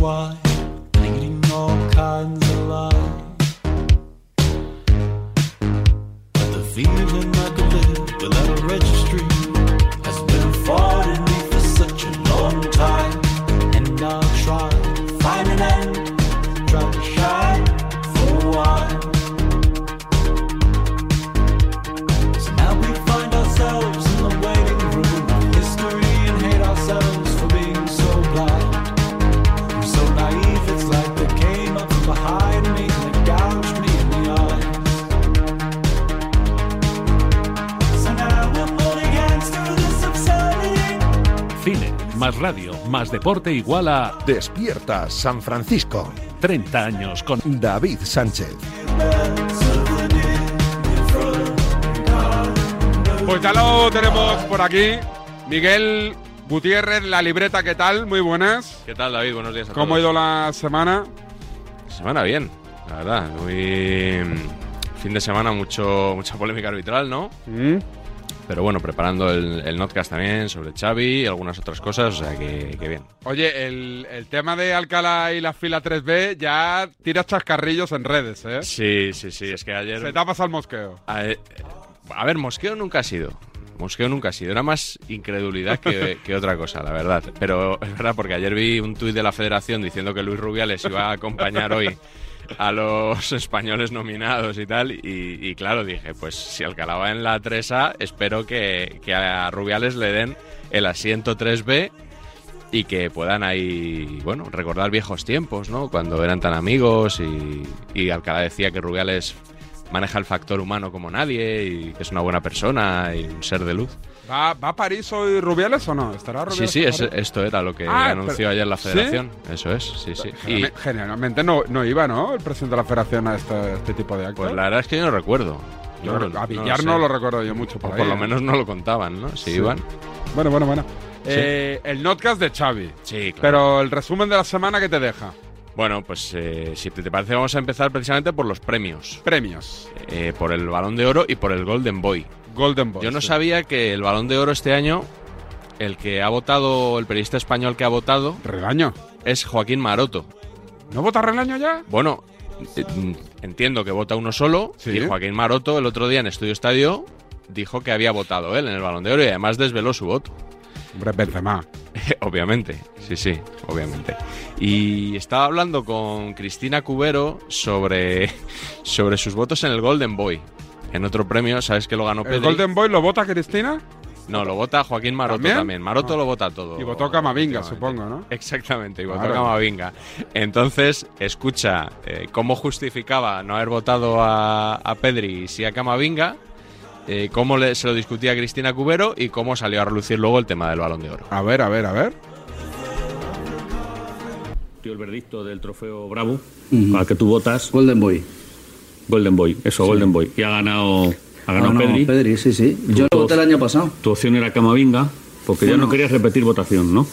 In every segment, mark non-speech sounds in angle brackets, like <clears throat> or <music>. why, reading all kinds of lies. But the feeling I could live without a registry has been foreign me for such a long time. And I'll try, find an end, try to shine for a while. So now we find ourselves in the waiting room of history and hate ourselves for being so blind. I'm so naive, it's like they came up from behind me and they gouged me in the eyes. So now we're holding hands to this absurdity. Cine, más radio, más deporte igual a Despierta San Francisco. 30 años con David Sánchez. Pues ya lo tenemos por aquí. Miguel Gutiérrez, la libreta, ¿qué tal? Muy buenas. ¿Qué tal, David? Buenos días. A ¿Cómo ha ido la semana? la semana? Bien, la verdad. Muy. Fin de semana, mucho, mucha polémica arbitral, ¿no? ¿Mm? Pero bueno, preparando el, el notcast también sobre Xavi y algunas otras cosas, o sea que, que bien. Oye, el, el tema de Alcalá y la fila 3B ya tiras chascarrillos en redes, ¿eh? Sí, sí, sí, es que Se ayer. tapas al mosqueo. A, eh, a ver, mosqueo nunca ha sido. Mosqueo nunca ha sido. Era más <laughs> incredulidad que, que otra cosa, la verdad. Pero es verdad, porque ayer vi un tuit de la federación diciendo que Luis Rubiales iba a acompañar hoy a los españoles nominados y tal. Y, y claro, dije, pues si Alcalá va en la 3A, espero que, que a Rubiales le den el asiento 3B y que puedan ahí, bueno, recordar viejos tiempos, ¿no? Cuando eran tan amigos y, y Alcalá decía que Rubiales maneja el factor humano como nadie y que es una buena persona y un ser de luz. ¿Va, va a París hoy Rubiales o no? ¿Estará Sí, Rubiales? sí, en es- eh, París? esto era lo que Ah, anunció pero- ayer la ¿sí? federación. Eso es, sí, sí. Y Generalme- Generalmente no, no iba, ¿no? El presidente de la federación a este, este tipo de actos. pues la verdad es que yo no recuerdo. Yo No, no- no a lo Villar sé. no, lo recuerdo yo mucho por O ahí. pues por lo ¿eh? menos no lo contaban, ¿no? Sí. Si iban. Bueno, bueno, bueno. Sí. Eh, el notcast de Xavi. Sí, claro. Pero el resumen de la semana que te deja. Bueno, pues eh, si te te parece vamos a empezar precisamente por los premios. Premios. Eh, por el Balón de Oro y por el Golden Boy. Golden Boy. Yo no sí. sabía que el Balón de Oro este año, el que ha votado, el periodista español que ha votado, Relaño. es Joaquín Maroto. ¿No vota Relaño ya? Bueno, eh, entiendo que vota uno solo Sí. y Joaquín Maroto el otro día en Estudio Estadio dijo que había votado él en el Balón de Oro y además desveló su voto. Hombre, <laughs> Benzema. obviamente, sí, sí, obviamente. Y estaba hablando con Cristina Cubero sobre, <laughs> sobre sus votos en el Golden Boy. En otro premio, ¿sabes que lo ganó ¿El Pedri? Golden Boy lo vota Cristina? No, lo vota Joaquín Maroto ¿También? también. Maroto Ah. lo vota todo. Y votó Camavinga, últimamente. supongo, ¿no? Oh, Exactamente, y votó Claro. Camavinga. Entonces, escucha, eh, ¿cómo justificaba no haber votado a, a Pedri y sí a Camavinga? Eh, ¿Cómo le- se lo discutía a Cristina Cubero? ¿Y cómo salió a relucir luego el tema del Balón de Oro? A ver, a ver, a ver. Tío, el verdicto del trofeo Bravo, al que tú votas, Golden Boy. Golden Boy, eso, Golden Boy. Y ha ganado, ha ganado Ah, no, Pedri. sí, sí. Yo lo voté el año pasado. Tu opción era Camavinga, porque ya Bueno. no querías repetir votación, ¿no?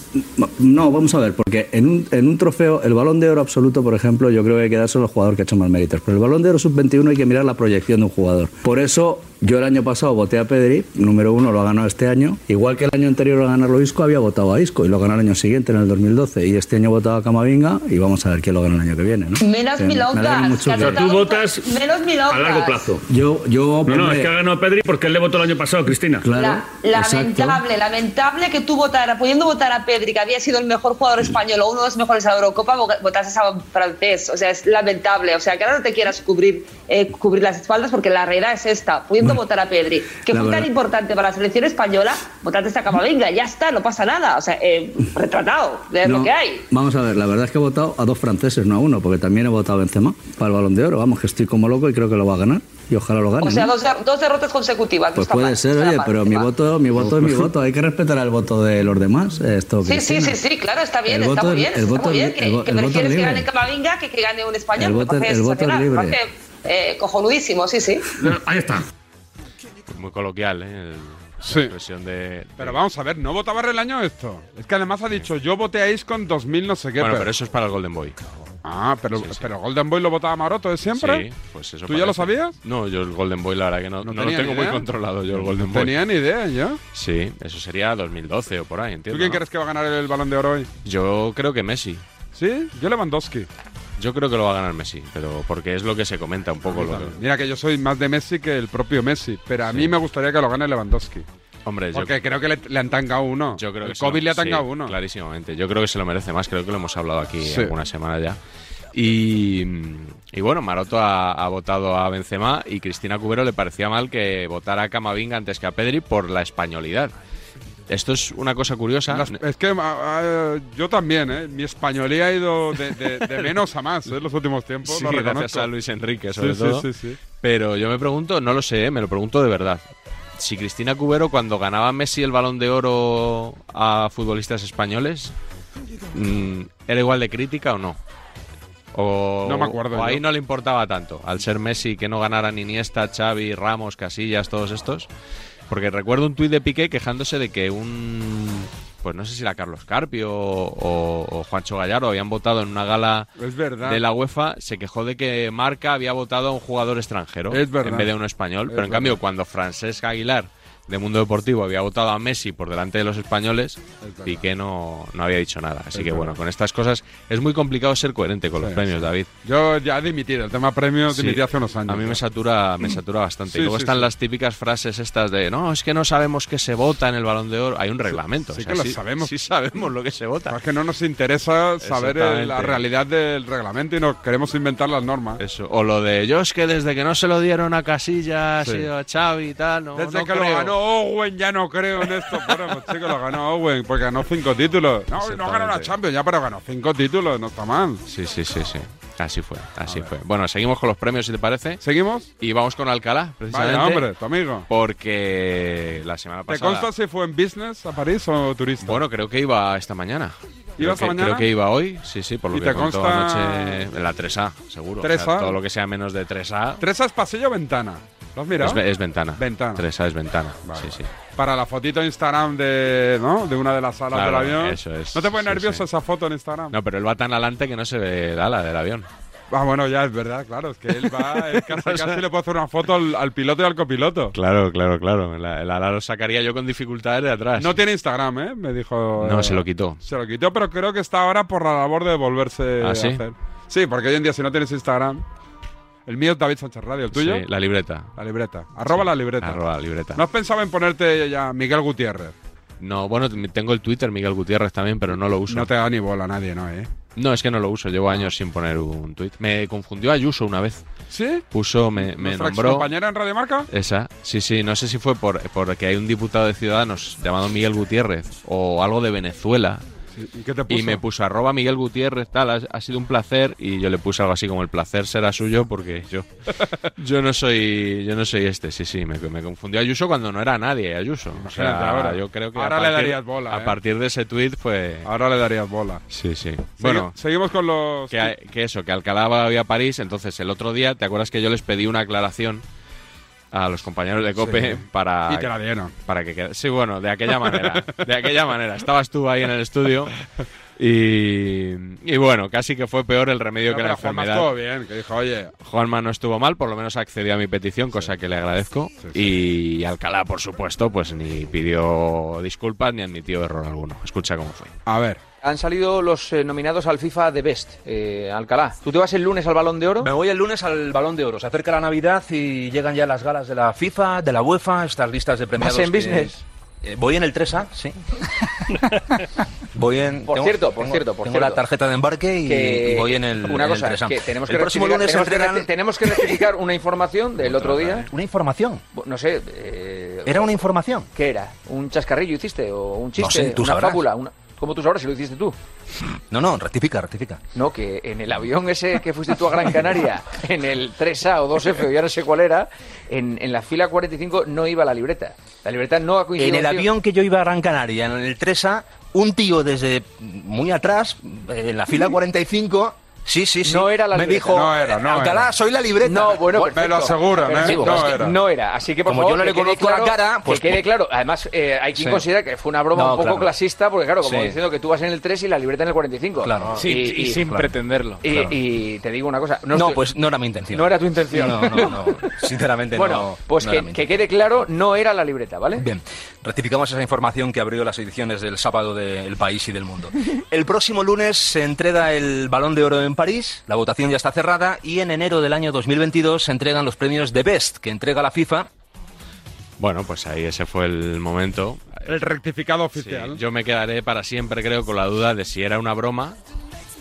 No, vamos a ver, porque en un, en un trofeo, el balón de oro absoluto, por ejemplo, yo creo que hay que dárselo al jugador que ha hecho más méritos. Pero el balón de oro sub-21 hay que mirar la proyección de un jugador. Por eso, yo el año pasado voté a Pedri, número uno lo ha ganado este año. Igual que el año anterior a ganarlo Isco, había votado a Isco y lo ganó el año siguiente, en el 2012. Y este año votaba a Camavinga y vamos a ver quién lo gana el año que viene, ¿no? Menos Que me alegro milongas. mucho que has que- O sea, tú votado- votas Menos milongas. A largo plazo. Yo, yo. No, no, hombre, es que ha ganado Pedri porque él le votó el año pasado, Cristina. Claro, La- exacto. lamentable, lamentable que tú votaras, pudiendo votar a Pedri, que había sido el mejor jugador español o uno de los mejores de la Eurocopa, vo- votases a un francés. O sea, es lamentable. O sea, que ahora no te quieras cubrir, eh, cubrir las espaldas porque la realidad es esta. Pudiendo votar a Pedri, que la fue tan verdad. importante para la selección española, votaste a Camavinga, ya está, no pasa nada. O sea, eh, retratado, es No, lo que hay. Vamos a ver, la verdad es que he votado a dos franceses, no a uno, porque también he votado a Benzema para el Balón de Oro. Vamos, que estoy como loco y creo que lo va a ganar. Y ojalá lo gane. O sea, ¿no? dos, der- dos derrotas consecutivas. Pues está puede mal, ser, está oye, mal, pero está mi mal. voto, mi voto es mi voto. Hay que respetar el voto de los demás. Esto, Sí, sí, sí, Cristina. sí, claro, está bien, El está voto- muy bien. el está voto- muy bien que, el vo- que el voto prefieres que libre. gane Camavinga que que gane un español. El me voto- parece el voto es sensacional, me libre. parece, eh, cojonudísimo, sí, sí. Ahí está. Muy coloquial, ¿eh? El- Sí. La expresión de... Pero vamos a ver, ¿no votaba Relaño esto? Es que además ha dicho, yo voté a Isco en 2000 no sé qué. Bueno, pero eso es para el Golden Boy. Ah, pero, pero Golden Boy lo votaba Maroto de siempre. Sí, pues eso ¿Tú ya lo parece. sabías? No, yo el Golden Boy la verdad que no, No no lo tenía ni tengo muy idea. controlado yo el No Golden Boy. tenía Pues ni idea yo. Sí, eso sería 2012 o por ahí, entiendo. ¿Tú quién ¿no? crees que va a ganar el Balón de Oro hoy? Yo creo que Messi. ¿Sí? Yo Lewandowski. Yo creo que lo va a ganar Messi, pero porque es lo que se comenta un poco. Lo, Mira que yo soy más de Messi que el propio Messi, pero a mí me gustaría que lo gane Lewandowski. hombre, yo, Porque creo que le, le han tangado uno. yo creo que el se lo- COVID le ha sí, tangado uno. Clarísimamente. Yo creo que se lo merece más. Creo que lo hemos hablado aquí Sí. algunas semanas ya. Y, y bueno, Maroto ha, ha votado a Benzema y Cristina Cubero le parecía mal que votara a Camavinga antes que a Pedri por la españolidad. Esto es una cosa curiosa. Las- es que ah, ah, yo también, ¿eh? Mi españolía ha ido de, de- <laughs> de menos a más en los últimos tiempos. Sí, lo reconozco. gracias a Luis Enrique, Sí, sobre sí, todo. sí, sí. Pero yo me pregunto, no lo sé, ¿eh? me lo pregunto de verdad. Si Cristina Cubero, cuando ganaba Messi el balón de oro a futbolistas españoles, mm, ¿era igual de crítica o no? O, No me acuerdo o ahí yo. no le importaba tanto, al ser Messi, que no ganaran Iniesta, Xavi, Ramos, Casillas, todos estos. Porque recuerdo un tuit de Piqué quejándose de que un. Pues no sé si era Carlos Carpio o, o Juancho Gallardo habían votado en una gala Es verdad. de la UEFA se quejó de que Marca había votado a un jugador extranjero Es verdad. en vez de un español. Es pero en verdad. cambio, cuando Francesc Aguilar de Mundo Deportivo había votado a Messi por delante de los españoles, verdad. Piqué no, no había dicho nada. Así Es que verdad. bueno, con estas cosas es muy complicado ser coherente con los Sí, premios, sí. David. Yo ya dimití, el tema premios Sí. dimití hace unos años. A mí ya. me satura, me satura bastante. Sí, y luego sí, están sí. las típicas frases estas de no, es que no sabemos qué se vota en el balón de oro. Hay un reglamento. sí o sea, que lo sabemos. Sí sabemos lo que se vota. Es que no nos interesa saber el- la Exactamente. realidad del reglamento y nos queremos inventar las normas. Eso. O lo de yo es que desde que no se lo dieron a Casillas Sí. y a Xavi y tal, no, Desde no que lo creo. ganó Owen ya no creo en <laughs> esto. Bueno, pues sí que lo ganó Owen porque ganó cinco títulos. No, no ganó la Exactamente. Champions ya, pero ganó cinco títulos, no está mal. Sí, sí, sí, sí. Así fue, así fue. Bueno, seguimos con los premios si te parece ¿Seguimos? y vamos con Alcalá, precisamente. Vale, hombre, tu amigo. Porque la semana ¿Te pasada consta si fue en business a París o turista? Bueno, creo que iba esta mañana. ¿Iba creo esta que, mañana? Creo que iba hoy, sí, sí, por lo ¿Y que te contó consta- anoche en la 3A, seguro. O sea, 3A? todo lo que sea menos de 3A ¿Tres es pasillo o ventana? ¿Lo has mirado? es, ve- es ventana. Ventana. 3A es ventana, Vale. sí, sí. Para la fotito de Instagram de, ¿no? de una de las salas Claro, del avión. eso es. ¿No te pone Sí, nervioso sí. esa foto en Instagram? No, pero él va tan adelante que no se ve el ala del avión. Ah, bueno, ya es verdad, claro. Es que él <laughs> va, él casi, casi le puede hacer una foto al, al piloto y al copiloto. Claro, claro, claro. La- El ala lo sacaría yo con dificultades de atrás. No tiene Instagram, ¿eh? Me dijo. Ah, No, eh, se lo quitó. Se lo quitó, pero creo que está ahora por la labor de volverse ¿Ah, a sí? hacer. Sí, porque hoy en día si no tienes Instagram. El mío es David Sánchez Radio, el tuyo. Sí, la... la libreta. libreta. Arroba la libreta. Arroba la libreta. ¿No No. has pensado en ponerte ya Miguel Gutiérrez? bueno, t- tengo el Twitter Miguel Gutiérrez también, pero no lo uso. No te da ni bola a nadie, ¿no? ¿Eh? No, es que no lo uso. Llevo años sin poner un tweet. Me confundió Ayuso una vez. ¿Sí? Puso, me, me ¿Nuestra nombró. Eh, compañera en Radio Marca? Esa, sí, sí, no sé si fue por porque hay un diputado de Ciudadanos llamado Miguel Gutiérrez o algo de Venezuela Sí. ¿Y qué te puso? y me puso arroba Miguel Gutiérrez, tal, ha, ha sido un placer y yo le puse algo así como el placer será suyo porque <laughs> yo yo no soy yo no soy este, sí, sí, me, me confundió Ayuso cuando no era nadie Ayuso. O sea, Imagínate ahora. yo creo que Ahora a le partir, darías bola, A ¿eh? partir de ese tuit fue Ahora le darías bola. Sí, sí. Bueno, Bueno, seguimos con los. que, que eso, que Alcalá va hoy a París, entonces el otro día, ¿te acuerdas que yo les pedí una aclaración? A los compañeros de COPE Sí. para Y te la dieron. para que quede- Sí, bueno, de aquella manera. De aquella manera. Estabas tú ahí en el estudio y, y bueno, casi que fue peor el remedio No, que la pero Juanma enfermedad. estuvo bien, que dijo, oye, Juanma no estuvo mal, por lo menos accedió a mi petición, cosa que le agradezco. Y Alcalá, por supuesto, pues ni pidió disculpas ni admitió error alguno. Escucha cómo fue. a ver. Han salido los eh, nominados al FIFA de Best, eh, Alcalá. ¿Tú te vas el lunes al Balón de Oro? Me voy el lunes al Balón de Oro. Se acerca la Navidad y llegan ya las galas de la FIFA, de la UEFA, estas listas de premiados. en business? voy en el 3A, <laughs> sí. voy en. Por cierto, por cierto, por cierto. la tarjeta de embarque y, voy en el. Una cosa, que tenemos que próximo lunes tenemos, que, reci- tenemos que rectificar una información del otro día. ¿Una información? No sé. ¿Era una información? ¿Qué era? ¿Un chascarrillo hiciste o un chiste? ¿Una fábula? Una... ¿Cómo tú sabrás si lo hiciste tú? No, no, rectifica, rectifica. No, que en el avión ese que fuiste tú a Gran Canaria, <laughs> en el 3A o 2F, o ya no sé cuál era, en, en la fila 45 no iba la libreta. La libreta no ha coincidido. En el tío. avión que yo iba a Gran Canaria, en el 3A, un tío desde muy atrás, eh, en <laughs> la fila 45, sí, sí, sí, No era la me libreta. dijo, No era, no Alcalá, era. soy la libreta. No, bueno, Me lo aseguran, ¿eh? perfecto. No Es que era. no era. Así que, por Como favor, yo no le que quede conozco la claro- cara, pues- Que quede claro. Además, eh, hay quien Sí. considera que fue una broma No, un poco claro. clasista, porque claro, como Sí. diciendo que tú vas en el 3 y la libreta en el 45. Ah. Claro. Y, y- claro. y- claro. y te digo una cosa. No, estoy- pues no era mi intención. No era tu intención. <laughs> No, no, no, <laughs> sinceramente Bueno, no. pues no que, era mi que quede intención. claro, no era la libreta, ¿vale? Bien, Rectificamos esa información que abrió las ediciones del sábado del país y <laughs> del mundo. El próximo lunes se entrega el Balón de Oro en París, la votación ya está cerrada y en enero del año 2022 se entregan los premios de Best que entrega la FIFA. Bueno, pues ahí ese fue el momento. El rectificado Sí, oficial. yo me quedaré para siempre, creo, con la duda de si era una broma,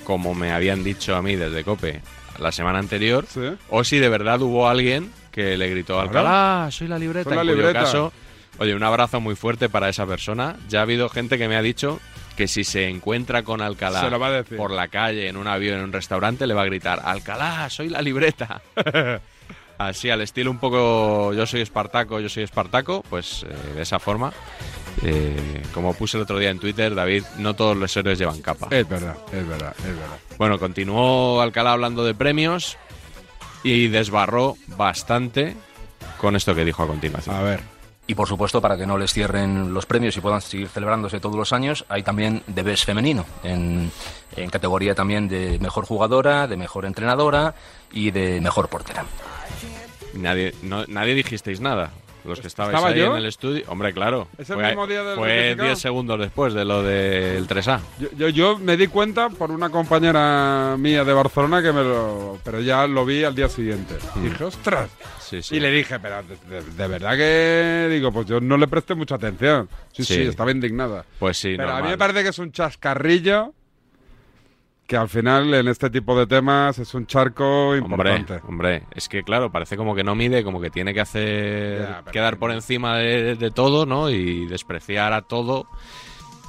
como me habían dicho a mí desde COPE la semana anterior, o si de verdad hubo alguien que le gritó al Alcalá, soy la libreta. Soy la en cuyo libreta. <laughs> caso, oye, un abrazo muy fuerte para esa persona. Ya ha habido gente que me ha dicho que si se encuentra con Alcalá Se lo va a decir. por la calle, en un avión, en un restaurante, le va a gritar, Alcalá, soy la libreta. Así, al estilo un poco yo soy Espartaco, yo soy Espartaco, pues eh, de esa forma. Eh, como puse el otro día en Twitter, David, no todos los héroes llevan capa. Es verdad, es verdad, es verdad. Bueno, continuó Alcalá hablando de premios y desbarró bastante con esto que dijo a continuación. A ver. Y por supuesto, para que no les cierren los premios y puedan seguir celebrándose todos los años, hay también de Best femenino, en, en categoría también de mejor jugadora, de mejor entrenadora y de mejor portera. Nadie, no- nadie dijisteis nada. Los que estabais ¿Estaba ahí yo? en el estudio. Hombre, claro. ¿Es el fue mismo día del fue rectificado? 10 segundos después de lo del 3A. Yo, yo, yo me di cuenta por una compañera mía de Barcelona que me lo. Pero ya lo vi al día siguiente. Mm. Dije, ostras. Sí, sí. Y le dije, pero de, de- de verdad que. Digo, pues yo no le presté mucha atención. Sí, sí, Sí. estaba indignada. Pues sí, pero a mí normal. me parece que es un chascarrillo. Que al final, en este tipo de temas, es un charco Hombre, importante. hombre, es que claro, parece como que no mide, como que tiene que hacer, Ya, pero- quedar por encima de, de todo, ¿no? Y despreciar a todo.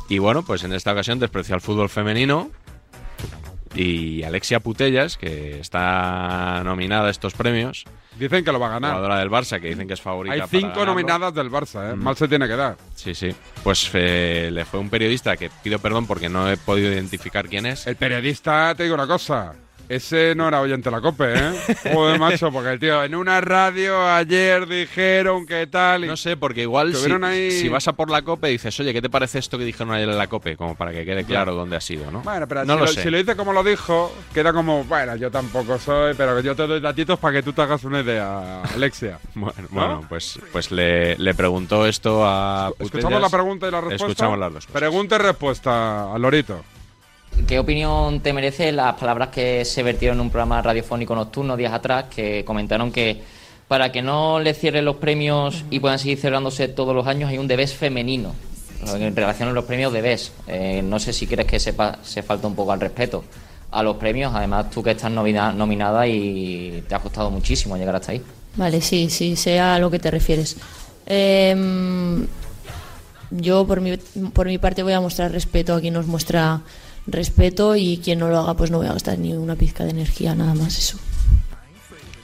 Y bueno, pues en esta ocasión desprecia al fútbol femenino. Y Alexia Putellas, que está nominada a estos premios, Dicen que lo va a ganar. jugadora del Barça, que dicen que es favorita. Hay para cinco ganarlo. nominadas del Barça, ¿eh? Hmm. Mal se tiene que dar. Sí, sí. Pues eh, le fue un periodista que pido perdón porque no he podido identificar quién es. El periodista, te digo una cosa. Ese no era oyente de la COPE, ¿eh? Joder, macho, porque el tío, en una radio ayer dijeron que tal. y- No sé, porque igual si, Estuvieron ahí- si vas a por la COPE dices, oye, ¿qué te parece esto que dijeron ayer en la COPE? Como para que quede claro dónde ha sido, ¿no? Bueno, pero no si, lo lo, sé. si lo dice como lo dijo, queda como, bueno, yo tampoco soy, pero yo te doy datitos para que tú te hagas una idea, Alexia. Bueno, bueno, pues, pues le, le preguntó esto a Escuchamos Putellas. la pregunta y la respuesta. Escuchamos las dos cosas. Pregunta y respuesta, a Lorito. ¿Qué opinión te merece las palabras que se vertieron en un programa radiofónico nocturno días atrás que comentaron que para que no les cierren los premios y puedan seguir celebrándose todos los años hay un debés femenino en relación a los premios debes. no sé si crees que sepa, se falta un poco al respeto a los premios. Además, tú que estás nomina- nominada y te ha costado muchísimo llegar hasta ahí. Vale, sí, sí, sé a lo que te refieres. Em, yo por mi, por mi parte voy a mostrar respeto a quien nos muestra respeto y quien no lo haga pues no voy a gastar ni una pizca de energía, nada más eso.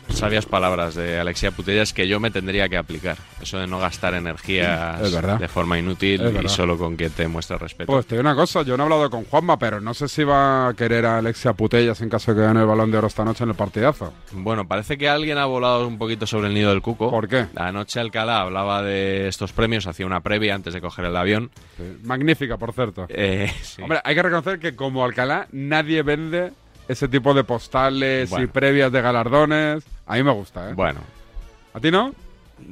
Sabias palabras de Alexia Putellas que yo me tendría que aplicar. Eso de no gastar energías Es verdad. de forma Es inútil verdad. y solo con que te muestra respeto. Pues te digo una cosa, yo no he hablado con Juanma, pero no sé si va a querer a Alexia Putellas en caso de que gane el balón de oro esta noche en el partidazo. Bueno, parece que alguien ha volado un poquito sobre el nido del cuco. ¿Por qué? Anoche Alcalá hablaba de estos premios, hacía una previa antes de coger el avión. Sí, Magnífica, por cierto. Eh, sí. Hombre, hay que reconocer que como Alcalá nadie vende ese tipo de postales y Bueno. previas de galardones. A mí me gusta, ¿eh? Bueno, ¿A ti no?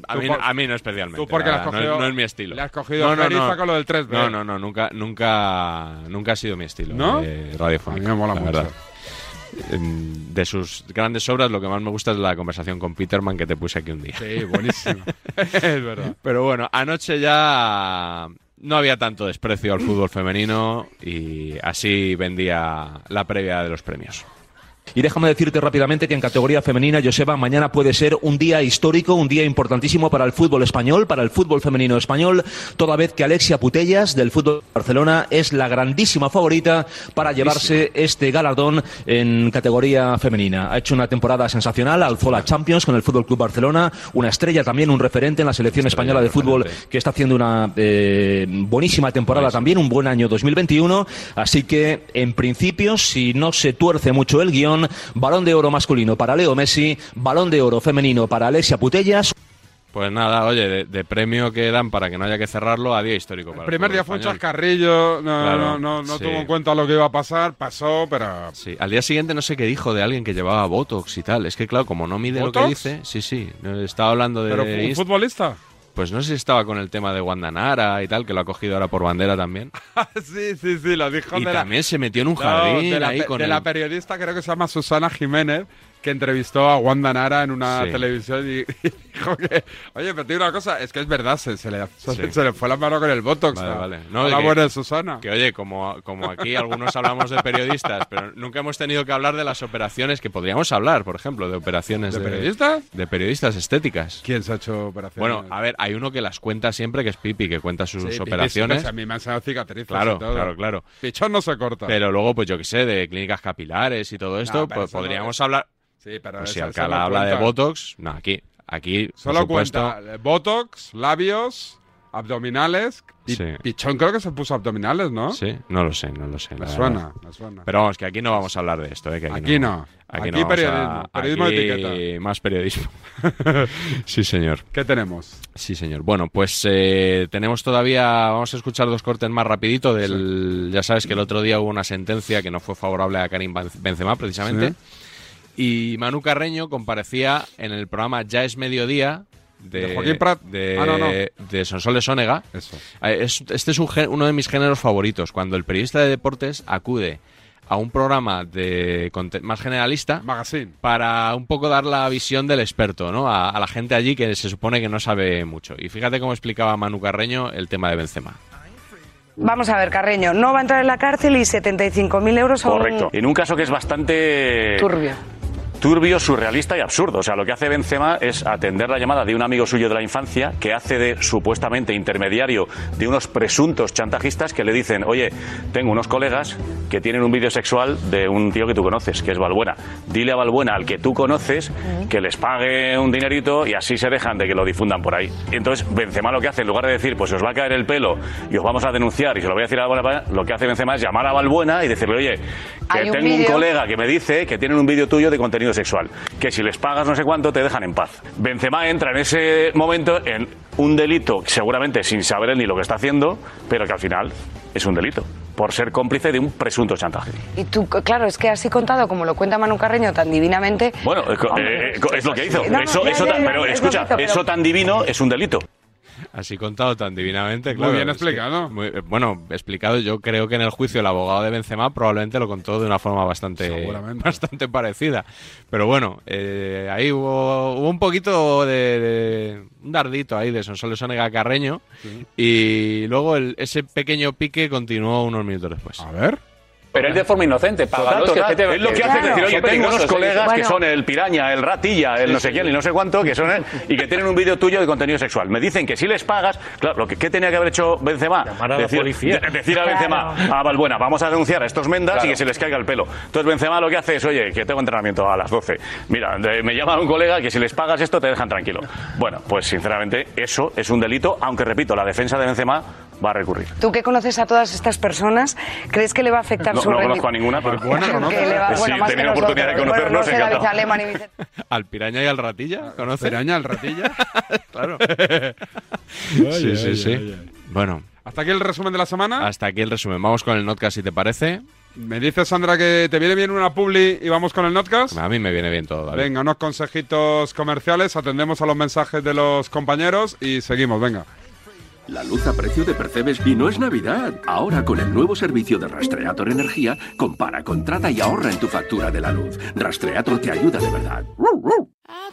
a Tú mí, por- a mí no especialmente. tú porque la le has verdad, cogido- no, no es mi estilo. le has cogido jeriza con lo del 3B. No, no, no, nunca, nunca, nunca ha sido mi estilo. ¿No? eh, A mí radiofónico. me mola la mucho. verdad. Em, De sus grandes obras, lo que más me gusta es la conversación con Peterman que te puse aquí un día. Sí, <laughs> buenísimo. <laughs> es verdad. Pero bueno, anoche ya no había tanto desprecio al fútbol femenino y así vendía la previa de los premios. Y déjame decirte rápidamente que en categoría femenina, Joseba, mañana puede ser un día histórico, un día importantísimo para el fútbol español, para el fútbol femenino español, toda vez que Alexia Putellas del fútbol de Barcelona es la grandísima favorita para llevarse este galardón en categoría femenina. Ha hecho una temporada sensacional, alzó la Champions con el Fútbol Club Barcelona, una estrella también, un referente en la selección española de fútbol que está haciendo una eh, buenísima temporada también, un buen año 2021. Así que, en principio, si no se tuerce mucho el guión, balón de oro masculino para Leo Messi, balón de oro femenino para Alexia Putellas. Pues nada, oye, de, de premio que dan para que no haya que cerrarlo a día histórico. para El primer fútbol día fue un español. chascarrillo, no, Claro, no, no, no sí. tuvo en cuenta lo que iba a pasar, pasó, pero... Sí, al día siguiente no sé qué dijo de alguien que llevaba Botox y tal. Es que claro, como no mide lo ¿Botox? que dice, sí, sí. Estaba hablando de ¿Pero un <laughs> Inst- futbolista? Pues no sé si estaba con el tema de Guandanara y tal, que lo ha cogido ahora por bandera también. sí, sí, sí, lo dijo Y Ah, de la- también se metió en un No, jardín de la, ahí pe- con de el- la periodista, creo que se llama Susana Jiménez, que entrevistó a Wanda Nara en una Sí. televisión y, <laughs> y dijo que, oye, pero te digo una cosa, es que es verdad, se, se le, se- Sí. se le fue la mano con el Botox. Vale, ¿no? vale. No, A la que- buena Susana. Que oye, como, como aquí algunos hablamos de periodistas, pero nunca hemos tenido que hablar de las operaciones que podríamos hablar, por ejemplo, de operaciones ¿De de, periodistas? de periodistas estéticas. ¿Quién se ha hecho operaciones? Bueno, a ver, hay uno que las cuenta siempre, que es Pipi, que cuenta sus Sí, sí, operaciones. sí, sí, a mí me han salido cicatrices. Claro, y todo. claro, claro. Pichón no se corta. Pero luego, pues yo qué sé, de clínicas capilares y todo esto, No, pero pues eso no podríamos es. hablar. Sí, pero Pues si eso- eso Alcalá no habla de cuenta. Botox, no, aquí, aquí, por Solo supuesto. cuenta Botox, labios, abdominales. Y Sí. Pichón creo que se puso abdominales, ¿no? <laughs> Sí, no lo sé, no lo sé. Me la suena, verdad. me suena. Pero vamos, que aquí no vamos a hablar de esto, ¿eh? que Aquí no. Aquí, Aquí no vamos periodismo, a- periodismo de aquí <laughs> Más periodismo. sí, señor. ¿Qué tenemos? Sí, señor. Bueno, pues eh, tenemos todavía, vamos a escuchar dos cortes más rapidito del, ya sabes que el otro día hubo una sentencia que no fue favorable a Karim Ban- Benzema, precisamente. Y Manu Carreño comparecía en el programa Ya es mediodía de, ¿De Joaquín Prat? de- Ah, no, no. de Sonsoles Onega. Eso. Eh, es- Este es un gé- uno de mis géneros favoritos, cuando el periodista de deportes acude a un programa de conte- más generalista para un poco dar la visión del experto ¿no? a, a la gente allí que se supone que no sabe mucho. Y fíjate cómo explicaba Manu Carreño el tema de Benzema. Vamos a ver, Carreño, no va a entrar en la cárcel y 75.000 euros son... Eh, Correcto. En un caso que es bastante. Turbio. Turbio, surrealista y absurdo. O sea, lo que hace Benzema es atender la llamada de un amigo suyo de la infancia que hace de supuestamente intermediario de unos presuntos chantajistas que le dicen, oye, tengo unos colegas que tienen un vídeo sexual de un tío que tú conoces, que es Balbuena. Dile a Balbuena, al que tú conoces, que les pague un dinerito y así se dejan de que lo difundan por ahí. Entonces, Benzema lo que hace, en lugar de decir, pues os va a caer el pelo y os vamos a denunciar y se lo voy a decir a Balbuena, lo que hace Benzema es llamar a Balbuena y decirle, oye, que Hay un tengo un vídeo. colega que me dice que tienen un vídeo tuyo de contenido sexual, que si les pagas no sé cuánto te dejan en paz. Benzema entra en ese momento en un delito, seguramente sin saber él ni lo que está haciendo, pero que al final es un delito, por ser cómplice de un presunto chantaje. Y tú, claro, es que así contado, como lo cuenta Manu Carreño tan divinamente... Bueno, eh, co- eh, eh, co- es lo que hizo. No, no, Eso, ya, eso ya, tan- ya, pero es escucha, bonito, pero- eso tan divino es un delito. Así contado tan divinamente, claro. bien es que- explicado. muy- eh, bueno, explicado. Yo creo que en el juicio el abogado de Benzema probablemente lo contó de una forma bastante, <laughs> bastante parecida. Pero bueno, eh, ahí hubo, hubo un poquito de, de- un dardito ahí de Sonsoles Onega Carreño y luego el- ese pequeño pique continuó unos minutos después. A ver. Pero él de forma inocente, Total, págalo. es que total. el gente- es lo que hace, es decir, Claro. oye, Son tengo unos peligrosos, colegas ¿eh? que son el piraña, el ratilla, el Sí, no sé sí, quién, sí. y no sé cuánto, que son el- y que tienen un vídeo tuyo de contenido sexual. Me dicen que si les pagas, claro, lo que ¿qué tenía que haber hecho Benzema, a la policía. de- decir a Benzema, a Valbuena, vamos a denunciar a estos mendas y que se les caiga el pelo. Entonces Benzema lo que hace es, oye, que tengo entrenamiento a las 12. Mira, de- me llama un colega que si les pagas esto te dejan tranquilo. Bueno, pues sinceramente eso es un delito, aunque repito, la defensa de Benzema va a recurrir. Tú que conoces a todas estas personas, ¿crees que le va a afectar No, su no rendi- conozco a Eh, ninguna, pero Que le va- si bueno, más que tenéis <laughs> oportunidad de nosotros, bueno, no conocernos, sé, David encantado. Alema ni Vicente- Al piraña y al ratilla, ¿conoces? ¿Piraña al ratilla? claro. Oye, <laughs> sí, sí, oye, sí. oye. Bueno, Hasta aquí el resumen de la semana. hasta aquí el resumen. Vamos con el notcast si te parece. ¿Ah? Me dice Sandra que te viene bien una publi y vamos con el notcast. A mí me viene bien todo, David. Venga, unos consejitos comerciales, atendemos a los mensajes de los compañeros y seguimos, venga. La luz a precio de Percebes y no es Navidad. Ahora con el nuevo servicio de Rastreator Energía, compara, contrata y ahorra en tu factura de la luz. Rastreator te ayuda de verdad.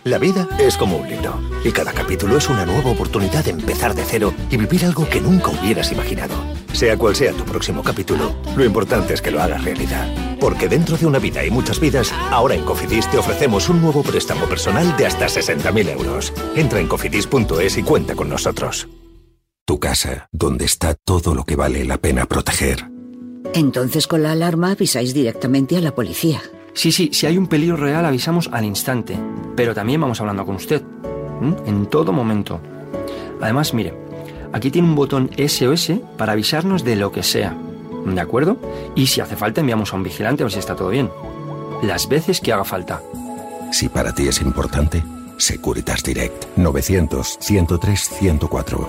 La vida es como un libro y cada capítulo es una nueva oportunidad de empezar de cero y vivir algo que nunca hubieras imaginado. Sea cual sea tu próximo capítulo, lo importante es que lo hagas realidad. Porque dentro de una vida hay muchas vidas, ahora en Cofidis te ofrecemos un nuevo préstamo personal de hasta 60.000 euros. Entra en cofidis.es y cuenta con nosotros. Tu casa, donde está todo lo que vale la pena proteger. Entonces con la alarma avisáis directamente a la policía. Sí, sí, si hay un peligro real avisamos al instante, pero también vamos hablando con usted, ¿m? en todo momento. Además, mire, aquí tiene un botón SOS para avisarnos de lo que sea, ¿de acuerdo? Y si hace falta enviamos a un vigilante a ver si está todo bien. Las veces que haga falta. Si para ti es importante, Securitas Direct 900-103-104.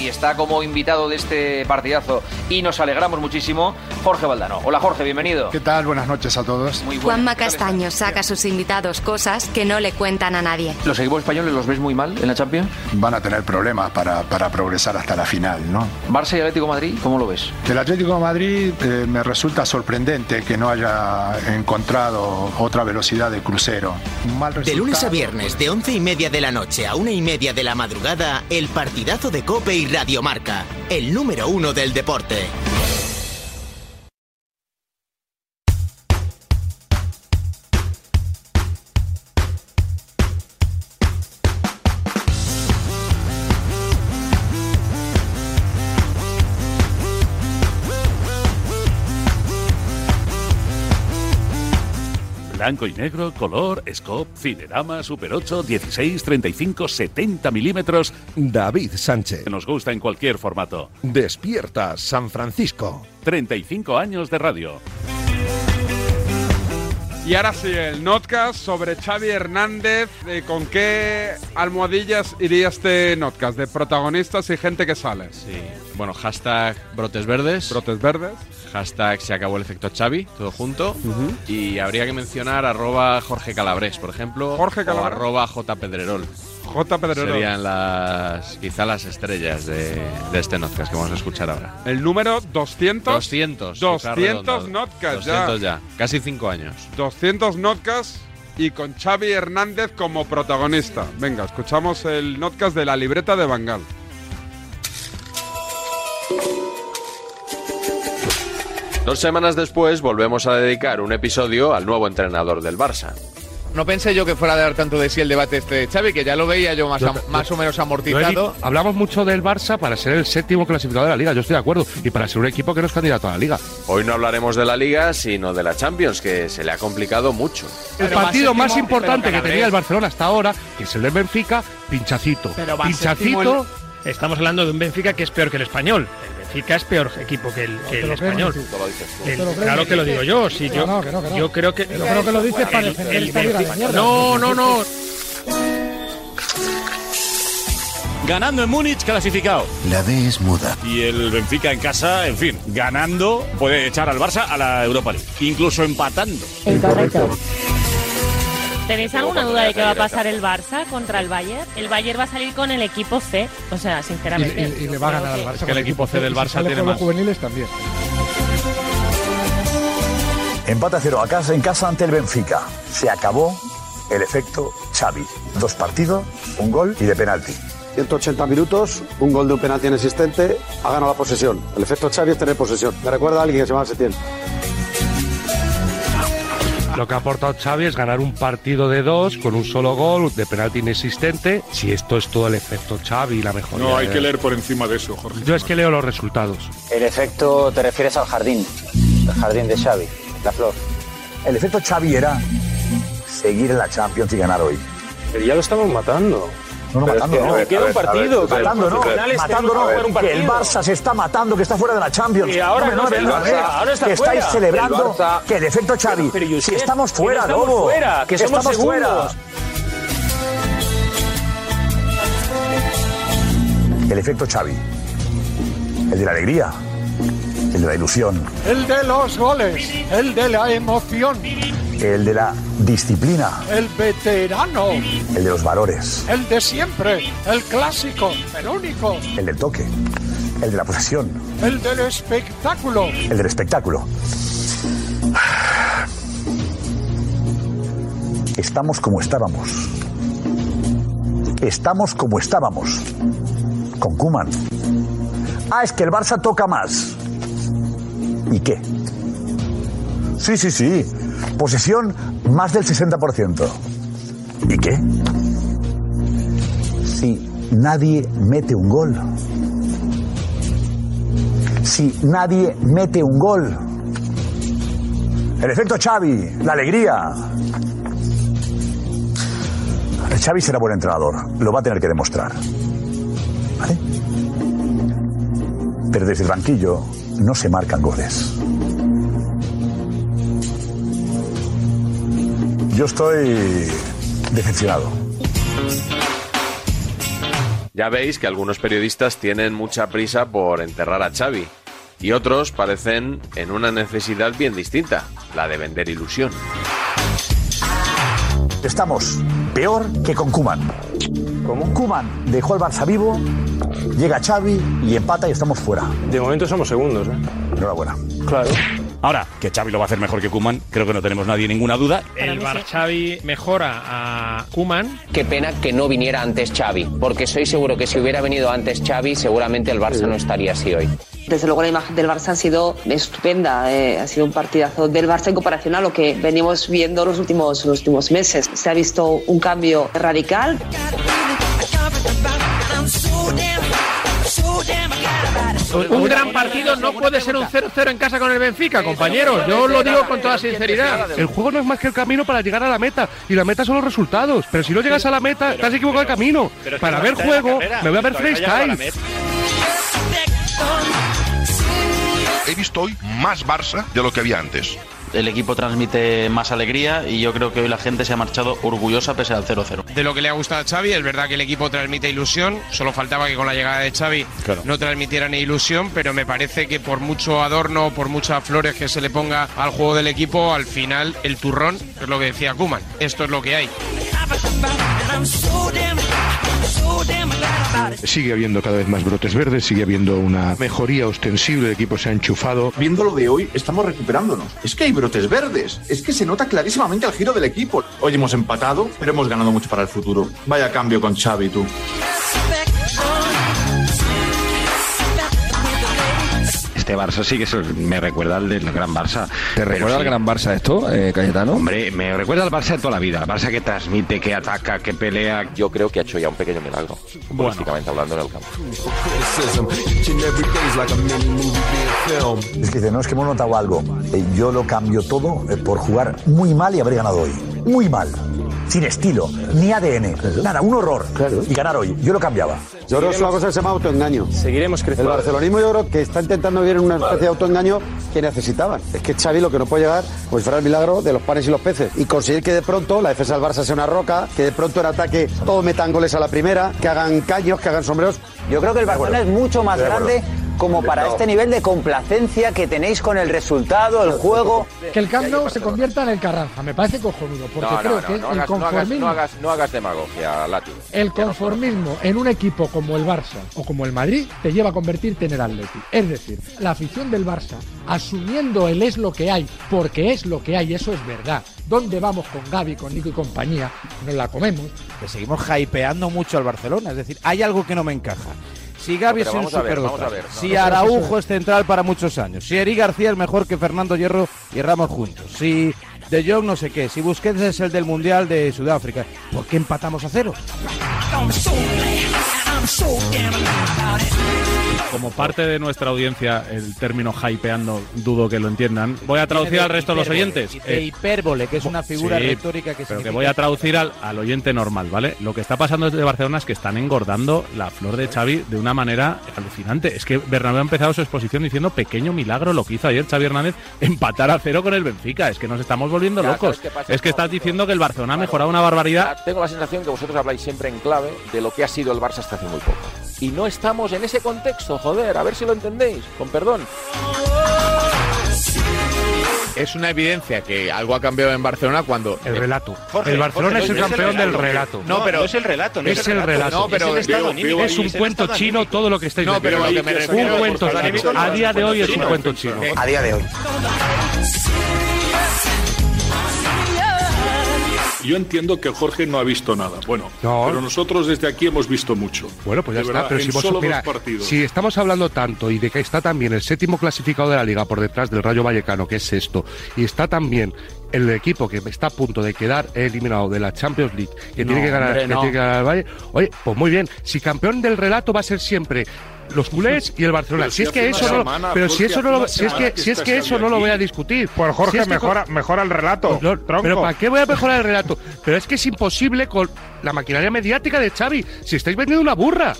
y está como invitado de este partidazo y nos alegramos muchísimo. Jorge Valdano. Hola Jorge, bienvenido. ¿Qué tal? Buenas noches a todos. Muy buenas. Juanma Castaño saca a sus invitados cosas que no le cuentan a nadie. ¿Los equipos españoles los ves muy mal en la Champions? Van a tener problemas para, para progresar hasta la final, ¿no? Barça y Atlético de Madrid, ¿cómo lo ves? Que el Atlético de Madrid eh, me resulta sorprendente que no haya encontrado otra velocidad de crucero. Un mal De lunes a resultado. viernes, de once y media de la noche a una y media de la madrugada, el partidazo de Cope y Radiomarca, el número uno del deporte. Blanco y negro, color, scope, cinerama, super 8, 16, 35, 70 milímetros. David Sánchez. Nos gusta en cualquier formato. Despierta San Francisco. 35 años de radio. Y ahora sí, el notcast sobre Xavi Hernández. Eh, ¿Con qué almohadillas iría este notcast? De protagonistas y gente que sale. Sí. Bueno, hashtag brotes verdes. Brotes verdes. Hashtag se acabó el efecto Xavi, todo junto. Ujú. Y habría que mencionar arroba Jorge Calabrés, por ejemplo. Jorge O Calabrés. arroba J Pedrerol. J. Pedrerol. Serían las, quizá las estrellas de, de este podcast que vamos a escuchar ahora. El número 200. 200. quizá 200 redondado. notcasts 200 ya. ya. Casi 5 años. 200 notcasts y con Xavi Hernández como protagonista. Venga, escuchamos el notcast de la libreta de Bangal. Dos semanas después volvemos a dedicar un episodio al nuevo entrenador del Barça. No pensé yo que fuera a dar tanto de sí el debate este de Xavi, que ya lo veía yo más, Yo- am- más o menos amortizado. Hablamos mucho del Barça para ser el séptimo clasificado de la liga, yo estoy de acuerdo, y para ser un equipo que no es candidato a la liga. Hoy no hablaremos de la Liga, sino de la Champions, que se le ha complicado mucho. El partido más importante que tenía el Barcelona hasta ahora, que es el del Benfica, pinchacito. Pero va pinchacito. séptimo el- Estamos hablando de un Benfica que es peor que el español. El Benfica es peor equipo que el, que el lo crees, español. Martín. El- Te lo crees, claro que lo Martín. digo yo. sí, Que yo, no, que no, que no. yo creo que. Yo creo que lo dices para El- defender el esta liga de Benfica- mierda. No, no, no. Ganando en Múnich, clasificado. La D es muda. Y el Benfica en casa, en fin, ganando, puede echar al Barça a la Europa League. Incluso empatando. ¿Tenéis alguna duda de qué va a pasar el Barça contra el Bayern? El Bayern va a salir con el equipo C, o sea, sinceramente. Y, y- y le va a ganar al Barça. que el equipo C del Y si Barça sale tiene con los más. juveniles también. Empate a cero a casa en casa ante el Benfica. Se acabó el efecto Xavi. Dos partidos, un gol y de penalti. 180 minutos, un gol de un penalti inexistente, ha ganado la posesión. El efecto Xavi es tener posesión. Me recuerda a alguien que se llama Setién. Lo que ha aportado Xavi es ganar un partido de dos con un solo gol de penalti inexistente. Si esto es todo el efecto Xavi, la mejor. No, hay que leer por encima de eso, Jorge. Yo es que leo los resultados. El efecto te refieres al jardín, el jardín de Xavi, la flor. El efecto Xavi era seguir en la Champions y ganar hoy. Pero ya lo estamos matando. No, no, Pero matando, es que no. no, queda un partido, que- Matando, no. al final está matando, por no. jugar un Que el partido. Barça se está matando, que está fuera de la Champions. Y ahora Hombre, no, me el vengas, Barça, eh, ahora está que estáis fuera. celebrando El Barça- que el efecto Xavi. Pero, pero, si Josep, estamos fuera, que no estamos Lobo. fuera, que somos estamos fuera. segundos. El efecto Xavi. El de la alegría. El de la ilusión. El de los goles, el de la emoción, El de la disciplina. el veterano, El de los valores. el de siempre, el clásico, el único, El del toque. El de la posesión. el del espectáculo. El del espectáculo. Estamos como estábamos. Estamos como estábamos. Con Kuman. Ah, es que el Barça toca más. ¿Y qué? Sí, sí, sí. Posesión más del 60%. ¿Y qué? Si nadie mete un gol. Si nadie mete un gol. El efecto Xavi, la alegría. El Xavi será buen entrenador, lo va a tener que demostrar. ¿Vale? Pero desde el banquillo no se marcan goles. Yo estoy decepcionado. Ya veis que algunos periodistas tienen mucha prisa por enterrar a Xavi. y otros parecen en una necesidad bien distinta, la de vender ilusión. Estamos peor que con Kuman. ¿Cómo? Kuman dejó al Barça vivo, llega Xavi y empata y estamos fuera. De momento somos segundos, ¿eh? Enhorabuena. Claro. Ahora, que Xavi lo va a hacer mejor que Kuman, creo que no tenemos nadie ninguna duda. El Bar Xavi mejora a Kuman. Qué pena que no viniera antes Xavi, porque soy seguro que si hubiera venido antes Xavi, seguramente el Barça no estaría así hoy. Desde luego la imagen del Barça ha sido estupenda, eh, ha sido un partidazo del Barça en comparación a lo que venimos viendo los últimos, los últimos meses. Se ha visto un cambio radical. Un gran partido no puede ser un 0-0 en casa con el Benfica, compañeros. Yo lo digo con toda sinceridad. El juego no es más que el camino para llegar a la meta. Y la meta son los resultados. Pero si no llegas a la meta, te has equivocado el camino. Para ver juego, me voy a ver freestyle. He visto hoy más Barça de lo que había antes. El equipo transmite más alegría y yo creo que hoy la gente se ha marchado orgullosa pese al 0-0. De lo que le ha gustado a Xavi, es verdad que el equipo transmite ilusión, solo faltaba que con la llegada de Xavi Claro. no transmitiera ni ilusión, pero me parece que por mucho adorno, por muchas flores que se le ponga al juego del equipo, al final el turrón es lo que decía Kuman, esto es lo que hay. Sigue habiendo cada vez más brotes verdes, sigue habiendo una mejoría ostensible, el equipo se ha enchufado. Viendo lo de hoy, estamos recuperándonos. Es que hay brotes verdes. Es que se nota clarísimamente el giro del equipo. Hoy hemos empatado, pero hemos ganado mucho para el futuro. Vaya cambio con Xavi, tú. Este Barça sí que se- me recuerda al del Gran Barça. ¿Te Pero recuerda sí, al gran Barça esto, eh, Cayetano? Hombre, me recuerda al Barça de toda la vida. Al Barça que transmite, que ataca, que pelea. Yo creo que ha hecho ya un pequeño milagro, futbolísticamente hablando en el campo. Es que dice, no, es que hemos notado algo. Eh, Yo lo cambio todo eh, por jugar muy mal y haber ganado hoy. Muy mal. Sin estilo, ni ADN, nada, un horror. Y ganar hoy, yo lo cambiaba. Yo creo que es una cosa que se llama autoengaño. Seguiremos El barcelonismo yo creo que está intentando vivir en una especie de autoengaño que necesitaban. Es que Xavi lo que no puede llegar, pues fuera el milagro de los panes y los peces. Y conseguir que de pronto la defensa del Barça sea una roca, que de pronto en ataque todos metan goles a la primera, que hagan caños, que hagan sombreros. Yo creo que el Barcelona es mucho más grande como para este nivel de complacencia que tenéis con el resultado, el juego. Que el Camp Nou se convierta en el Carranza, me parece cojonudo, porque No, creo no, no, que no el hagas- no hagas- conformismo, no hagas- no hagas demagogia, Látigo. el conformismo en un equipo como el Barça o como el Madrid te lleva a convertirte en el Atleti. Es decir, la afición del Barça, asumiendo el es lo que hay, porque es lo que hay, eso es verdad. ¿Dónde vamos con Gaby, con Nico y compañía? Nos la comemos. Que seguimos hypeando mucho al Barcelona. Es decir, hay algo que no me encaja. Si Gaby No, pero es un vamos a ver, superdota, vamos a ver, no, si no, no, Araujo es central para muchos años, si Eri García es mejor que Fernando Hierro y Ramos juntos, si De Jong no sé qué, si Busquets es el del Mundial de Sudáfrica, ¿por qué empatamos a cero? Como parte de nuestra audiencia, el término hypeando dudo que lo entiendan. Voy a traducir al resto de los oyentes. De Eh, hipérbole, que es una figura sí, retórica que pero que significa- voy a traducir al, al oyente normal, ¿vale? Lo que está pasando desde Barcelona es que están engordando la flor de Xavi de una Ah, manera alucinante. Es que Bernabéu ha empezado su exposición diciendo pequeño milagro lo que hizo ayer Xavi <laughs> Hernández empatar a cero con el Benfica. Es que nos estamos volviendo Ya, locos. ¿sabes qué pasa? Es que No, estás diciendo que el Barcelona ha mejorado una barbaridad. Ya, Tengo la sensación que vosotros habláis siempre en clave de lo que ha sido el Barça hasta hace muy poco. Y no estamos en ese contexto, joder, a ver si lo entendéis, con perdón. Es una evidencia que algo ha cambiado en Barcelona cuando. El relato. Jorge, El Barcelona Jorge, es el no campeón del relato. relato. No, pero. No es el relato, no es es el el relato. relato. No, pero Es el estado vivo, anímico. vivo Es ahí, un es el cuento estado chino anímico. todo lo que estáis No, diciendo. pero a lo que me Es refiero, un por cuento estado chino. anímico, no A es un día de cuento hoy es un chino. cuento chino. Eh, A día de hoy. Yo entiendo que Jorge no ha visto nada. Bueno, pero nosotros desde aquí hemos visto mucho. Bueno, pues De ya está. verdad, Pero en si, vos- solo mira, dos partidos. si estamos hablando tanto y de que está también el séptimo clasificado de la liga por detrás del Rayo Vallecano, que es esto, y está también el equipo que está a punto de quedar eliminado de la Champions League, que No, tiene que ganar, hombre, no. que tiene que ganar el Valle. Oye, pues muy bien. Si campeón del relato va a ser siempre los culés y el Barcelona. Pero Si, si es que hace eso una no, lo- semana, pero si Jorge, eso no hace lo, una si es semana que, que si es estás que eso no lo voy a discutir. Pues Jorge, mejora- mejora el relato. pero ¿para qué voy a mejorar el relato? Pero es que es imposible con la maquinaria mediática de Xavi. Si estáis vendiendo una burra.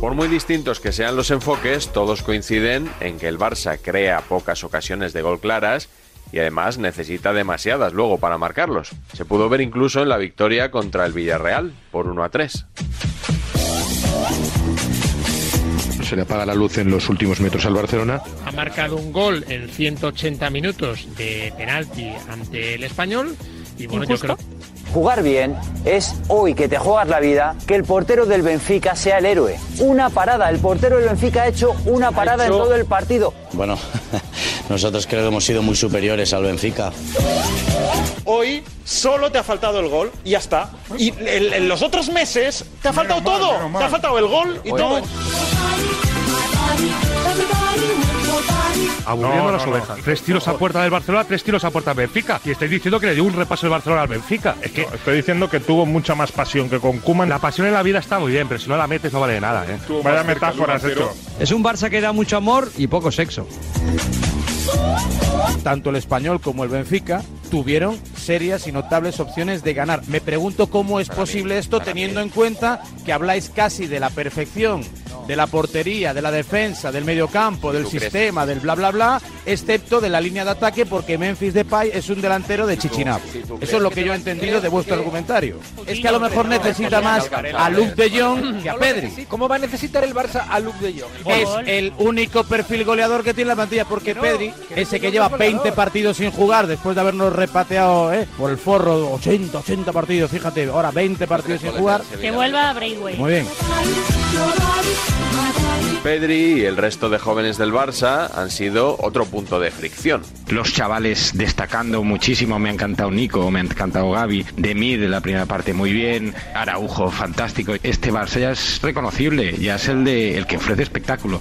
Por muy distintos que sean los enfoques, todos coinciden en que el Barça crea pocas ocasiones de gol claras y además necesita demasiadas luego para marcarlos. Se pudo ver incluso en la victoria contra el Villarreal por 1 a 3. se le apaga la luz en los últimos metros al Barcelona. Ha marcado un gol en 180 minutos de penalti ante el español. Y bueno, yo creo. Jugar bien es hoy que te juegas la vida que el portero del Benfica sea el héroe. Una parada, el portero del Benfica ha hecho una parada hecho- en todo el partido. Bueno, <laughs> nosotros creo que hemos sido muy superiores al Benfica. Hoy solo te ha faltado el gol y ya está. Y en, en los otros meses te ha faltado todo. Te ha faltado el gol y Oye. todo. Aburriendo No, las no, no. ovejas. Tres tiros a puerta del Barcelona, tres tiros a puerta del Benfica. Y estáis diciendo que le dio un repaso el Barcelona al Benfica. Es que estoy diciendo que tuvo mucha más pasión que con Kuman. La pasión en la vida está muy bien, pero si no la metes no vale de nada. ¿eh? Vaya metáforas hecho. Es un Barça que da mucho amor y poco sexo. Tanto el español como el Benfica tuvieron serias y notables opciones de ganar. Me pregunto cómo es posible esto teniendo en cuenta que habláis casi de la perfección de la portería, de la defensa, del mediocampo, del ¿Tú crees? sistema, del bla bla bla, excepto de la línea de ataque porque Memphis Depay es un delantero de Chichinap. Eso es lo que yo he entendido de vuestro argumentario. Pues Es que a lo mejor necesita más a Luke de Jong que a Pedri. ¿Cómo va a necesitar el Barça a Luke de Jong? Es el único perfil goleador que tiene la plantilla porque Pedri, ese que lleva 20 partidos sin jugar después de habernos repateado eh, por el forro 80, 80 partidos, fíjate, ahora 20 partidos sin jugar. Que vuelva a Braithwaite. Muy bien. Pedri y el resto de jóvenes del Barça han sido otro punto de fricción. Los chavales destacando muchísimo, me ha encantado Nico, me ha encantado Gaby, de mí de la primera parte muy bien, Araujo, fantástico. Este Barça ya es reconocible, ya es el de el que ofrece espectáculo.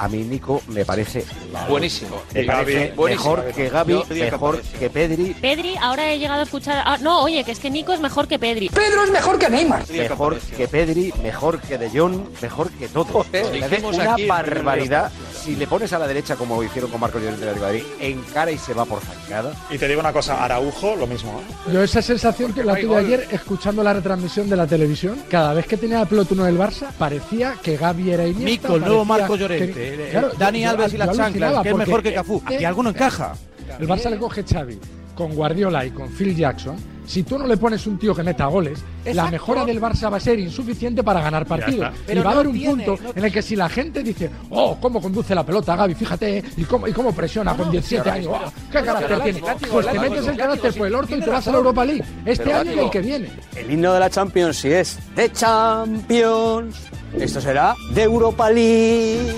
A mí Nico me parece la- Buenísimo. Me Y parece Gaby, buenísimo. mejor que Gaby, Yo diría que mejor que Pedri, Pedri, ahora he llegado a escuchar. Ah, no, oye, que es que Nico es mejor que Pedri. Pedro es mejor que Neymar. Sí, que Mejor que Pedri, mejor que De Jong, mejor que todo. Eh, Me parece dijimos una aquí en primer barbaridad. Si le pones a la derecha como hicieron con Marco Llorente del Madrid, encara y se va por zancada. Y te digo una cosa, Araujo, lo mismo. ¿eh? Yo esa sensación que la tuve ayer escuchando la retransmisión de la televisión, cada vez que tenía el pelotuno del Barça, parecía que Gaby era Iniesta. Nico, el nuevo parecía Marco que- Llorente, eh, Claro, Dani yo- Alves y yo las chanclas, alucinaba que es mejor porque- este que Cafú. Aquí alguno encaja. El Barça le coge Xavi con Guardiola y con Phil Jackson. Si tú no le pones un tío que meta goles, la Exacto. mejora del Barça va a ser insuficiente para ganar partidos. está. Y Pero va a no haber un tiene, punto en el que si la gente dice, oh, cómo conduce la pelota Gaby, fíjate, eh, y cómo, y cómo presiona con 17 años, oh, qué carácter tiene. Pues te metes el carácter por el orto y te vas a la Europa League. Este Pero año y látigo. el que viene. El himno de la Champions sí es de Champions. Esto será de Europa League.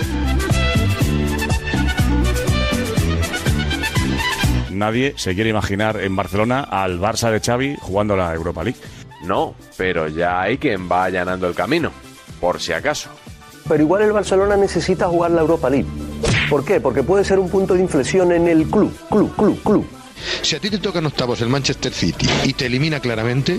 Nadie se quiere imaginar en Barcelona al Barça de Xavi jugando la Europa League. No, pero ya hay quien va allanando el camino, por si acaso. Pero igual el Barcelona necesita jugar la Europa League. ¿Por qué? Porque puede ser un punto de inflexión en el club, club, club, club. Si a ti te tocan octavos el Manchester City y te elimina claramente,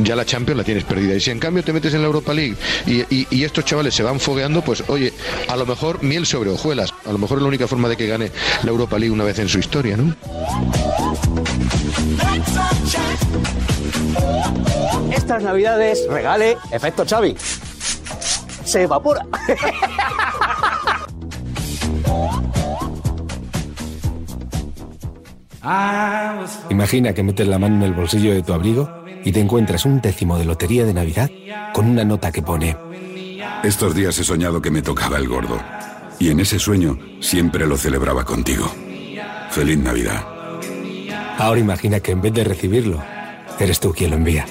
ya la Champions la tienes perdida. Y si en cambio te metes en la Europa League y, y- y estos chavales se van fogueando, pues oye, a lo mejor miel sobre hojuelas. A lo mejor es la única forma de que gane la Europa League una vez en su historia, ¿no? Estas navidades regale efecto Xavi. Se evapora. Imagina que metes la mano en el bolsillo de tu abrigo y te encuentras un décimo de lotería de Navidad con una nota que pone Estos días he soñado que me tocaba el gordo. Y en ese sueño siempre lo celebraba contigo. Feliz Navidad. Ahora imagina que en vez de recibirlo, eres tú quien lo envía.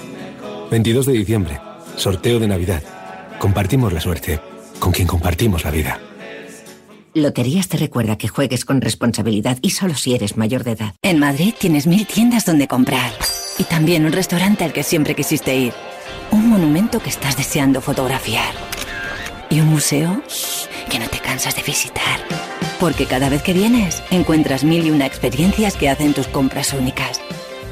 22 de diciembre, sorteo de Navidad. Compartimos la suerte con quien compartimos la vida. Loterías te recuerda que juegues con responsabilidad y solo si eres mayor de edad. En Madrid tienes mil tiendas donde comprar y también un restaurante al que siempre quisiste ir, un monumento que estás deseando fotografiar y un museo shh, que no te cansas de visitar. Porque cada vez que vienes encuentras mil y una experiencias que hacen tus compras únicas.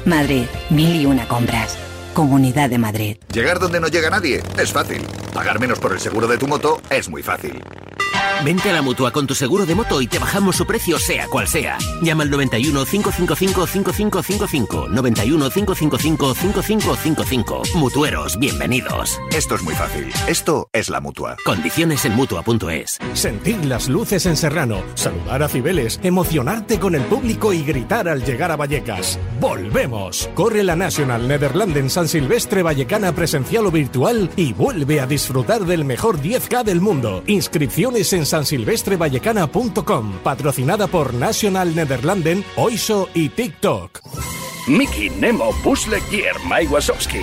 Madrid, mil y una compras. Comunidad de Madrid. Llegar donde no llega nadie es fácil. Pagar menos por el seguro de tu moto es muy fácil. <laughs> Vente a la mutua con tu seguro de moto y te bajamos su precio, sea cual sea. Llama al 91 555 5555. 91 555 5555. Mutueros, bienvenidos. Esto es muy fácil. Esto es la mutua. Condiciones en mutua.es. Sentir las luces en Serrano, saludar a Cibeles, emocionarte con el público y gritar al llegar a Vallecas. ¡Volvemos! Corre la National Nederlanden San Silvestre Vallecana presencial o virtual y vuelve a disfrutar del mejor 10K del mundo. Inscripciones en sansilvestrevallecana.com. Patrocinada por National Nederlanden, Oiso y TikTok. Mickey, Nemo, Puzzle Gear, Mike Wazowski.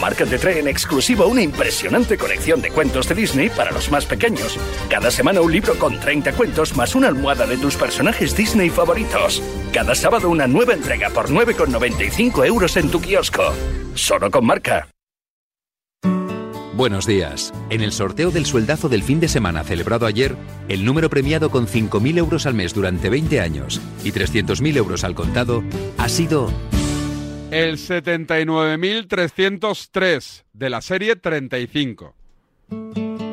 Marca te trae en exclusiva una impresionante colección de cuentos de Disney para los más pequeños. Cada semana un libro con 30 cuentos más una almohada de tus personajes Disney favoritos. Cada sábado una nueva entrega por 9,95 euros en tu kiosco. Solo con marca. Buenos días. En el sorteo del sueldazo del fin de semana celebrado ayer, el número premiado con 5.000 euros al mes durante 20 años y 300.000 euros al contado ha sido El 79.303 de la serie 35.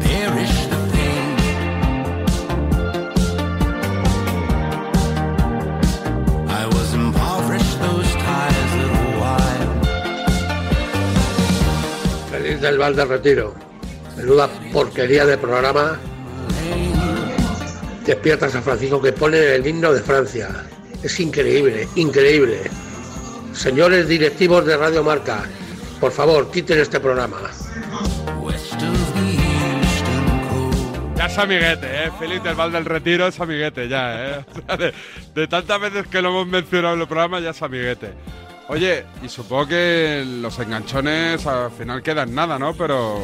Perish the pain. I was impoverished those ties little while. Feliz del Val del Retiro. Menuda porquería de programa. Despierta San Francisco que pone el himno de Francia. Es increíble, increíble. Señores directivos de Radio Marca, por favor, quiten este programa. Ya es amiguete, ¿eh? Feliz del Val del Retiro es amiguete ya, ¿eh? <laughs> O sea, de, de tantas veces que lo hemos mencionado en el programa, ya es amiguete. Oye, y supongo que los enganchones al final quedan nada, ¿no? Pero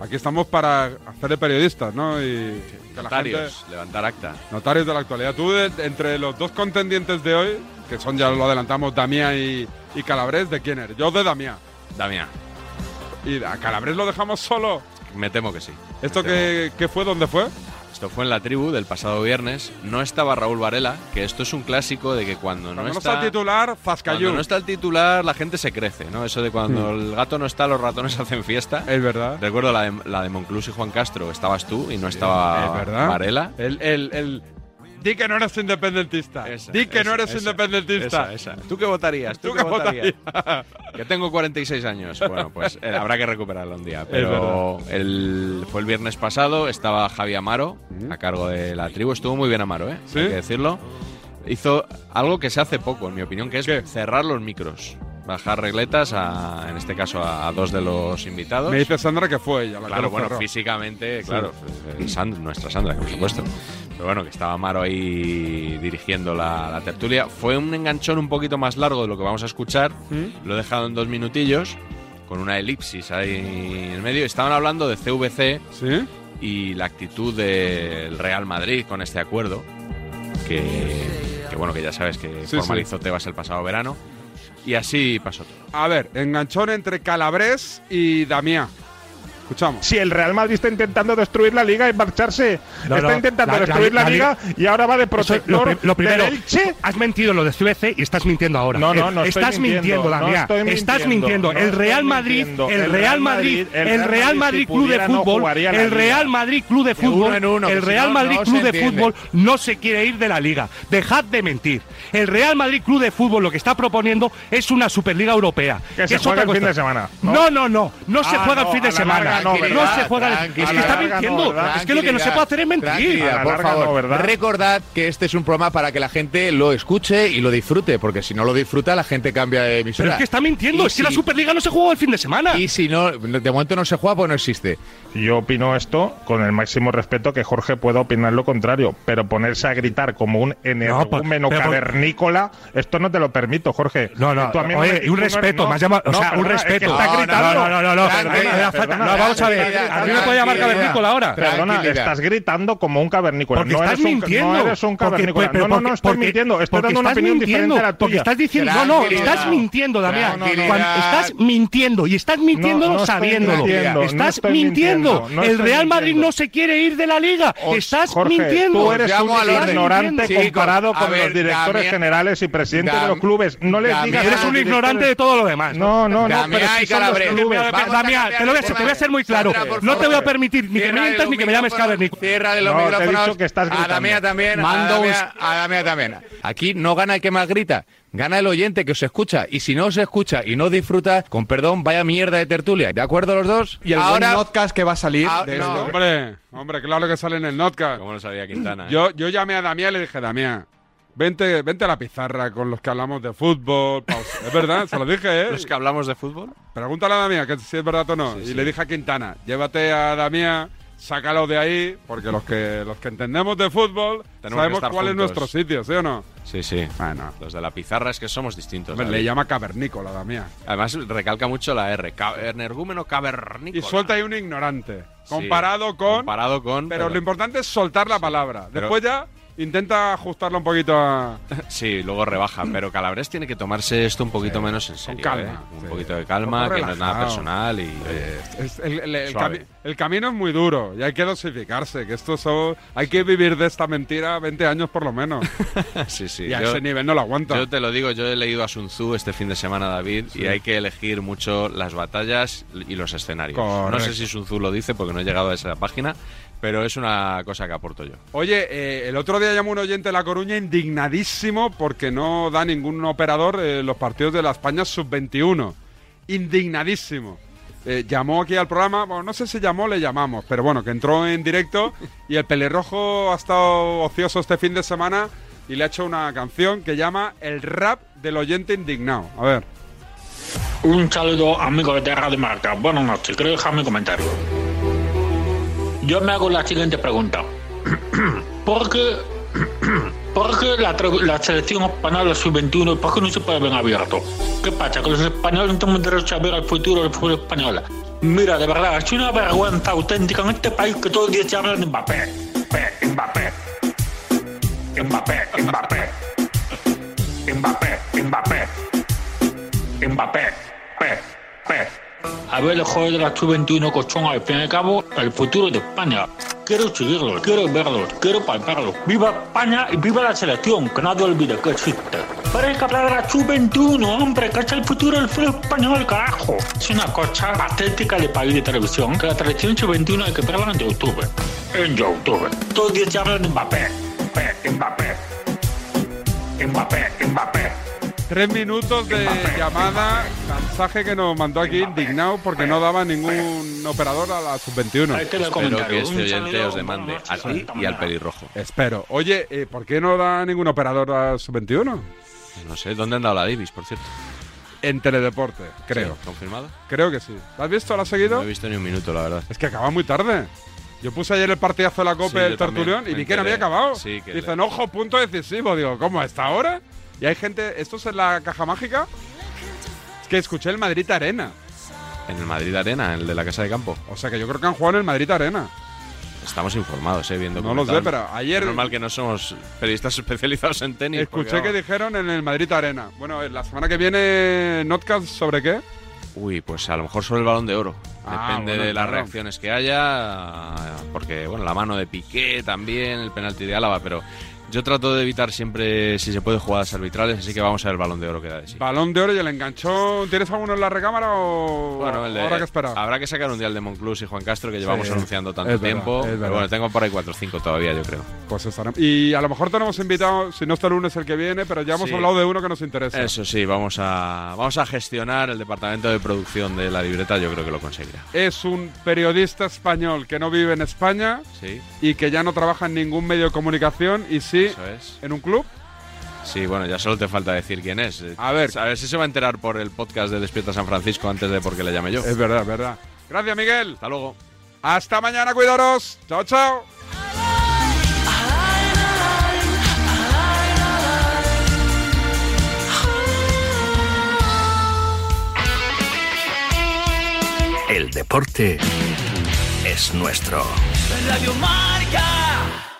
aquí estamos para hacer de periodistas, ¿no? Y que la Notarios, gente- levantar acta. Notarios de la actualidad. Tú, de- entre los dos contendientes de hoy, que son, ya lo adelantamos, Damián y, y Calabrés, ¿de quién eres? Yo de Damián. Damián, ¿Y a Calabrés lo dejamos solo? me temo que sí. ¿Esto qué, qué fue? ¿Dónde fue? Esto fue en la tribu del pasado viernes. No estaba Raúl Varela, que esto es un clásico de que cuando no Cuando no está. está el titular, Cuando Zascayú. no está el titular, la gente se crece, ¿no? Eso de cuando Mm. el gato no está, los ratones <laughs> hacen fiesta. Es verdad. Recuerdo la de, la de Monclús y Juan Castro, estabas tú y no estaba Es verdad. Varela. El, el, el- Di que no eres independentista. Di que no eres esa, independentista. esa, esa. ¿Tú qué votarías? ¿Tú, ¿Tú qué qué votarías? que tengo 46 años. Bueno, pues eh, habrá que recuperarlo un día. Pero el, fue el viernes pasado, estaba Javi Amaro a cargo de la tribu. Estuvo muy bien Amaro, ¿eh? Hay que decirlo. Hizo algo que se hace poco, en mi opinión, que es cerrar los micros. Bajar regletas, a, en este caso a, a dos de los invitados. Me dice Sandra que fue ella. la que Claro, lo bueno, cerró. físicamente, Sí. claro. eh, Sand- nuestra Sandra, por supuesto. Pero bueno, que estaba Maro ahí dirigiendo la, la tertulia. Fue un enganchón un poquito más largo de lo que vamos a escuchar. Lo he dejado en dos minutillos, con una elipsis ahí en medio. Estaban hablando de CVC y la actitud del Real Madrid con este acuerdo. Que, que bueno, que ya sabes que Sí, formalizó Tebas el pasado verano. Y así pasó todo. A ver, enganchón entre Calabrés y Damián. Escuchamos. Si el Real Madrid está intentando destruir la liga y marcharse, No, está no, intentando la- la- destruir la, la liga, liga- y ahora va de Eso es lo, protector pri- lo primero, del Elche. has mentido en lo de CVC y estás mintiendo ahora. No, no, no Eh, estoy Estás mintiendo, mintiendo, no Damián. estoy Estás mintiendo, mintiendo. no El estoy Real Madrid, mintiendo. el Real Madrid, el Real Madrid si Club de pudiera, no Fútbol, jugaría la el Real liga. Madrid Club de De uno Fútbol, en uno, que el si Real no, Madrid no Club se de entiende. Fútbol no se quiere ir de la liga. Dejad de mentir. El Real Madrid Club de Fútbol lo que está proponiendo es una Superliga Europea. Que se es juega otra el cosa. fin de semana, ¿no? No, no, no. No se Ah, juega el no, fin a de la semana. larga no, ¿verdad? se juega. el- Es que A la está larga no, mintiendo. ¿verdad? Es que lo que no se puede hacer es mentir. Tranquilidad, por favor. Recordad que este es un programa para que la gente lo escuche y lo disfrute, porque si no lo disfruta, la gente cambia de emisora. Pero es que está mintiendo, es que la Superliga no se jugó el fin de semana. Y si no, de momento no se juega, pues no existe. Yo opino esto con el máximo respeto que Jorge pueda opinar lo contrario, pero ponerse a gritar como un energúmeno pero por- cavernícola, esto no te lo permito, Jorge. No, no, oye, un respeto, me has llamado- o sea, un respeto. Es que está No, no, gritando. no, no, no, no, Perdona, no, no, no, no, perdona. no, vamos a ver. Tranquilidad, A mí me puede llamar tranquilidad. cavernícola ahora. Perdona, estás gritando como un cavernícola. Porque estás eres un- mintiendo. no eres un Porque- cavernícola. no, pero- no, porque- no estoy porque- mintiendo. Estoy porque dando una estás opinión mintiendo, diferente a la tuya. porque estás diciendo- No, no, estás Tranquilidad. mintiendo, Damián. Tranquilidad. Cuando estás mintiendo y estás mintiéndolo No, no estoy sabiéndolo. mintiendo, no estás estoy mintiendo. mintiendo, no El estoy Real Madrid no se quiere ir de la liga. estás Jorge, mintiendo. tú eres Llamo un al orden. ignorante Chicos, comparado a con ver, los directores Damián- generales y presidentes de Dam- los clubes. No les Damián- digas. Eres un ignorante de todo lo demás. No, no, no. Damián pero si y son los Calabres. clubes. Vamos a Damián, cambiar te lo voy a el decir, te tema. voy a ser muy claro. Sandra, por No te voy a favor. permitir ni que Cierra me mientas los ni que me llames cavernícola. Cierra de los no, te he micrófonos. dicho que estás a gritando. Damea también. Manda a, un- Damea, a Damea también. Aquí no gana el que más grita. Gana el oyente que os escucha. Y si no os escucha y no disfruta, con perdón, vaya mierda de tertulia. ¿De acuerdo los dos? Y el Ahora. Ah, buen podcast que va a salir. Ah, de este esto. Hombre, hombre, claro que sale en el Notcast. Como lo sabía Quintana. eh? Yo, yo llamé a Damián y le dije, Damián, vente, vente a la pizarra con los que hablamos de fútbol. <laughs> pausa". Es verdad, se lo dije, ¿eh? ¿Los que hablamos de fútbol? Pregúntale a Damián que si es verdad o no. y le dije a Quintana, llévate a Damián, sácalo de ahí, porque los que, los que entendemos de fútbol que sabemos estar cuál es juntos. nuestro sitio, ¿sí o no? Sí, sí. Los de la pizarra es que somos distintos. Hombre, David. le llama cavernícola, Damián. Además, recalca mucho la R. Energúmeno cavernícola. Y suelta ahí un ignorante. Sí. Comparado con... Comparado con. Pero lo importante es soltar la palabra. pero- Después ya intenta ajustarla un poquito a... <laughs> Sí, luego rebaja. Pero Calabres tiene que tomarse esto un poquito menos en serio. calma, ¿eh? Un poquito de calma, poco que no es nada relajado. personal y. oye, Es- el, el- el Suave. cami- el camino es muy duro y hay que dosificarse, que esto son- hay que vivir de esta mentira 20 años por lo menos. <laughs> sí, sí. y a yo- ese nivel no lo aguanta. Yo te lo digo, yo he leído a Sun Tzu este fin de semana, David, y hay que elegir mucho las batallas y los escenarios. No Correcto. sé si Sun Tzu lo dice porque no he llegado a esa página, pero es una cosa que aporto yo. Oye, eh, el otro día llamó un oyente de La Coruña indignadísimo porque no da ningún operador eh, los partidos de la España sub-21. Indignadísimo. Eh, llamó aquí al programa, bueno, no sé si llamó o le llamamos, pero bueno, que entró en directo y el pelirrojo ha estado ocioso este fin de semana y le ha hecho una canción que llama El rap del oyente indignado. A ver. Un saludo, amigos de Radio Marca. Buenas noches, quiero dejar mi comentario. Yo me hago la siguiente pregunta. <clears throat> ¿Por qué, <clears throat> por qué la, tra- la selección española sub-21 por qué no se puede ver en abierto? ¿Qué pasa? ¿Que los españoles no tenemos derecho a ver el futuro del fútbol español? Mira, de verdad, es una vergüenza auténtica en este país que todo el día se habla de Mbappé. Mbappé, Mbappé. Mbappé, Mbappé. Mbappé, Mbappé. Mbappé. Pe, pe. A ver el juego de la Sub-21 colchón al fin y al cabo, el futuro de España. Quiero seguirlo, quiero verlo, quiero palparlo. ¡Viva España y viva la selección! Que nadie olvide que existe. Pero hay que hablar de la Sub-21, hombre, que es el futuro del fútbol español, carajo. Es una cosa patética de país de televisión que la selección Sub-21 hay que verla en YouTube. En YouTube. Todos los días se habla de Mbappé. Mbappé, Mbappé. Mbappé, Mbappé. Tres minutos de llamada, mensaje que nos mandó aquí indignado porque no daba ningún operador a la Espero que sub-21. este oyente os demande a ti y al pelirrojo. Espero. Oye, eh, ¿por qué no da ningún operador a sub-21? Este. No sé, ¿dónde han dado la Davis, por cierto? En Teledeporte, creo. Sí, ¿Confirmado? Creo que sí. ¿La has visto? ¿La has seguido? No he visto ni un minuto, la verdad. Es que acaba muy tarde. Yo puse ayer el partidazo de la Copa Sí, del yo también, Tertulión y me vi que no había enteré. acabado. Sí, que Dicen, ojo, punto decisivo. Digo, ¿cómo? ¿A esta hora? Y hay gente. ¿Esto es en la caja mágica? Es que escuché el Madrid Arena. En el Madrid Arena, el de la Casa de Campo. O sea que yo creo que han jugado en el Madrid Arena. Estamos informados, eh, viendo No lo sé, pero ayer- Es normal que no somos periodistas <laughs> especializados en tenis. Escuché que dijeron en el Madrid Arena. Bueno, eh, la semana que viene, Notcast, ¿sobre qué? Uy, pues a lo mejor sobre el balón de oro. Ah, Depende bueno, de las claro. reacciones que haya, porque bueno, la mano de Piqué también, el penalti de Álava, pero yo trato de evitar siempre, si se puede, jugadas arbitrales, así que vamos a ver el balón de oro que da de sí. Balón de oro y el enganchón. ¿Tienes alguno en la recámara o Bueno, el de- Ah. habrá que esperar? Habrá que sacar un día el de Monclús y Juan Castro que llevamos Sí, anunciando tanto es verdad, tiempo. es Pero verdad. bueno, tengo por ahí 4 o 5 todavía, yo creo. Pues estaremos. Y a lo mejor tenemos invitado, si no está el lunes el que viene, pero ya hemos Sí. hablado de uno que nos interesa. Eso sí, vamos a vamos a gestionar el departamento de producción de la libreta, yo creo que lo conseguirá. Es un periodista español que no vive en España Sí. y que ya no trabaja en ningún medio de comunicación y sí en un club. Sí, bueno, ya solo te falta decir quién es. A ver. A ver si se va a enterar por el podcast de Despierta San Francisco antes de porque le llame yo. Es verdad, es verdad. Gracias, Miguel. Hasta luego. Hasta mañana, cuidaros. Chao, chao. El El deporte es nuestro. Radio Marca.